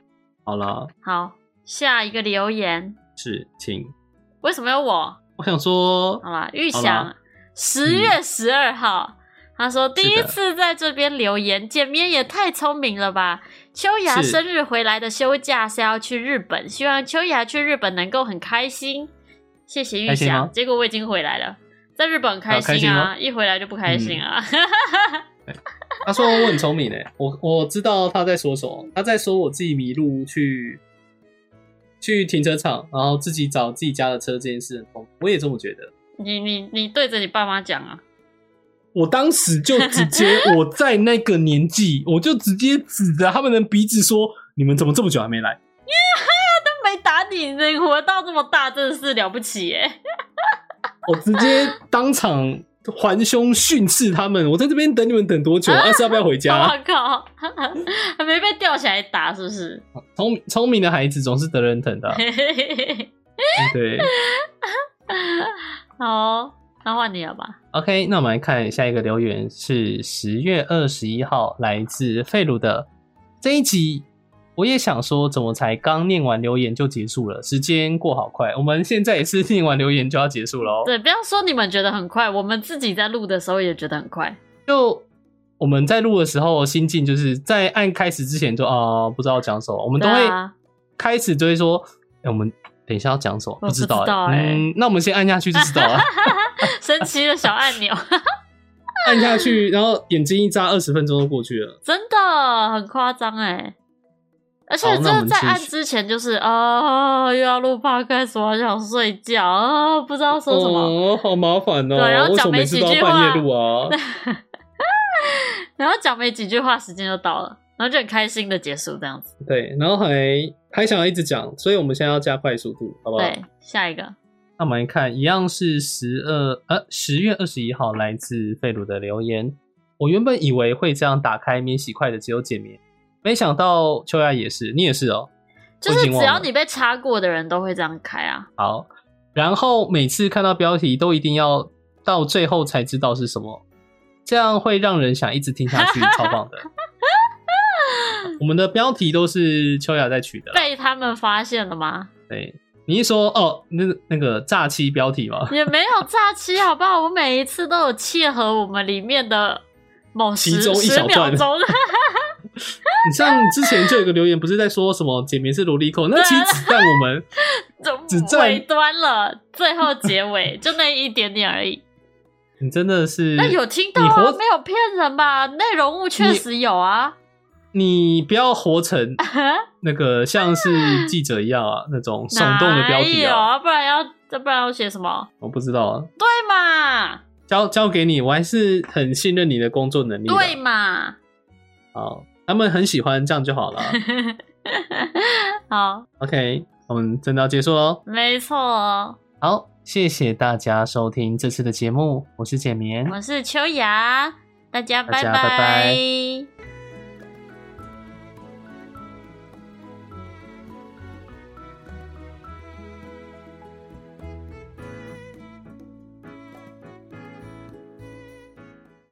Speaker 2: 好了，
Speaker 1: 好，下一个留言，
Speaker 2: 是，请，
Speaker 1: 为什么有我？
Speaker 2: 我想说
Speaker 1: 好啦，玉
Speaker 2: 好啦嗯
Speaker 1: 祥，十月十二号。他说：“第一次在这边留言，简面也太聪明了吧！秋雅
Speaker 2: 是
Speaker 1: 生日回来的休假是要去日本，希望秋雅去日本能够很开心。谢谢玉
Speaker 2: 开心吗
Speaker 1: 祥。结果我已经回来了，在日本很开
Speaker 2: 啊开
Speaker 1: 心
Speaker 2: 心
Speaker 1: 啊，
Speaker 2: 吗嗯
Speaker 1: 一回来就不开心啊。
Speaker 2: 他说我很聪明诶，我我知道他在说什么，他在说我自己迷路去去停车场，然后自己找自己家的车这件事很聪明，我也这么觉得。
Speaker 1: 你你你对着你爸妈讲啊，
Speaker 2: 我当时就直接我在那个年纪， 我就直接指着他们的鼻子说：“你们怎么这么久还没来
Speaker 1: 都没打你，你活到这么大真的是了不起耶！？”
Speaker 2: 我直接当场还凶训斥他们：“我在这边等你们等多久？啊，是要不要回
Speaker 1: 我、
Speaker 2: 家
Speaker 1: 靠，还没被吊起来打是不是？？”
Speaker 2: 聪聪明的孩子总是得人疼的 啊、对
Speaker 1: 好，那换你了吧。
Speaker 2: OK，那我们来看下一个留言是十月二十一号来自费鲁的这一集。我也想说，怎么才刚念完留言就结束了？时间过好快，我们现在也是念完留言就要结束了哦。
Speaker 1: 对，不要说你们觉得很快，我们自己在录的时候也觉得很快。
Speaker 2: 就我们在录的时候，心境就是在按开始之前就啊、不知道讲什么，我们都
Speaker 1: 对
Speaker 2: 会
Speaker 1: 啊
Speaker 2: 开始就会说，哎、我们等一下要讲什么，
Speaker 1: 我
Speaker 2: 不知道
Speaker 1: 不知道欸
Speaker 2: 嗯，那我们先按下去就知 道了，
Speaker 1: 神奇的小按钮，
Speaker 2: 按下去，然后眼睛一眨，二十分钟都过去了。
Speaker 1: 真的很夸张哎。而且
Speaker 2: 好
Speaker 1: 真
Speaker 2: 那我
Speaker 1: 的
Speaker 2: 们
Speaker 1: 在
Speaker 2: 继续
Speaker 1: 按之前，就是啊、又要录 podcast，我好想睡觉啊、不知道说什么。
Speaker 2: 哦，好麻烦哦。
Speaker 1: 对然后
Speaker 2: 为
Speaker 1: 讲
Speaker 2: 什么
Speaker 1: 没
Speaker 2: 每次
Speaker 1: 几
Speaker 2: 都
Speaker 1: 句
Speaker 2: 要
Speaker 1: 话
Speaker 2: 半夜录啊？
Speaker 1: 然后讲没几句话，时间就到了，然后就很开心的结束这样子。
Speaker 2: 对，然后还还想要一直讲，所以我们现在要加快速度，好不好？
Speaker 1: 对，下一个，
Speaker 2: 那我们来看，一样是十二呃十月二十一号来自费鲁的留言。我原本以为会这样打开免洗筷的只有简明，没想到秋雅也是，你也是哦。
Speaker 1: 就
Speaker 2: 我已
Speaker 1: 是
Speaker 2: 经忘
Speaker 1: 只要
Speaker 2: 了
Speaker 1: 你被插过的人都会这样开啊。
Speaker 2: 好，然后每次看到标题都一定要到最后才知道是什么，这样会让人想一直听下去，超 棒的。我们的标题都是秋雅在取的啦，
Speaker 1: 被他们发现了吗？
Speaker 2: 对，你一说哦，那那个诈欺标题吗？
Speaker 1: 也没有诈欺，好不好？我每一次都有切合我们里面的某
Speaker 2: 其
Speaker 1: 十
Speaker 2: 中一
Speaker 1: 十
Speaker 2: 小
Speaker 1: 秒
Speaker 2: 段
Speaker 1: 钟，
Speaker 2: 你像之前就有个留言，不是在说什么简明是萝莉控，那其实只占我们
Speaker 1: 啊
Speaker 2: 只
Speaker 1: 就
Speaker 2: 占
Speaker 1: 尾端了，最后结尾就那一点点而 已。
Speaker 2: 你真的是，
Speaker 1: 那有听到
Speaker 2: 嗯你
Speaker 1: 啊？
Speaker 2: 活
Speaker 1: 没有骗人吧？内容物确实有啊。
Speaker 2: 你不要活成 那个像是记者一样啊，那种耸动的标题
Speaker 1: 哪有
Speaker 2: 啊，
Speaker 1: 啊？不然要，要不然要写什么？
Speaker 2: 我不知道啊，
Speaker 1: 对嘛，
Speaker 2: 交交给你，我还是很信任你的工作能力的。
Speaker 1: 对，嘛。
Speaker 2: 好，他们很喜欢这样就好了啊。
Speaker 1: 好，
Speaker 2: OK，我们真的要结束喽。
Speaker 1: 没错哦。
Speaker 2: 好，谢谢大家收听这次的节目，我是简眠，
Speaker 1: 我是秋雅，大家
Speaker 2: 大家
Speaker 1: 拜
Speaker 2: 拜
Speaker 1: 拜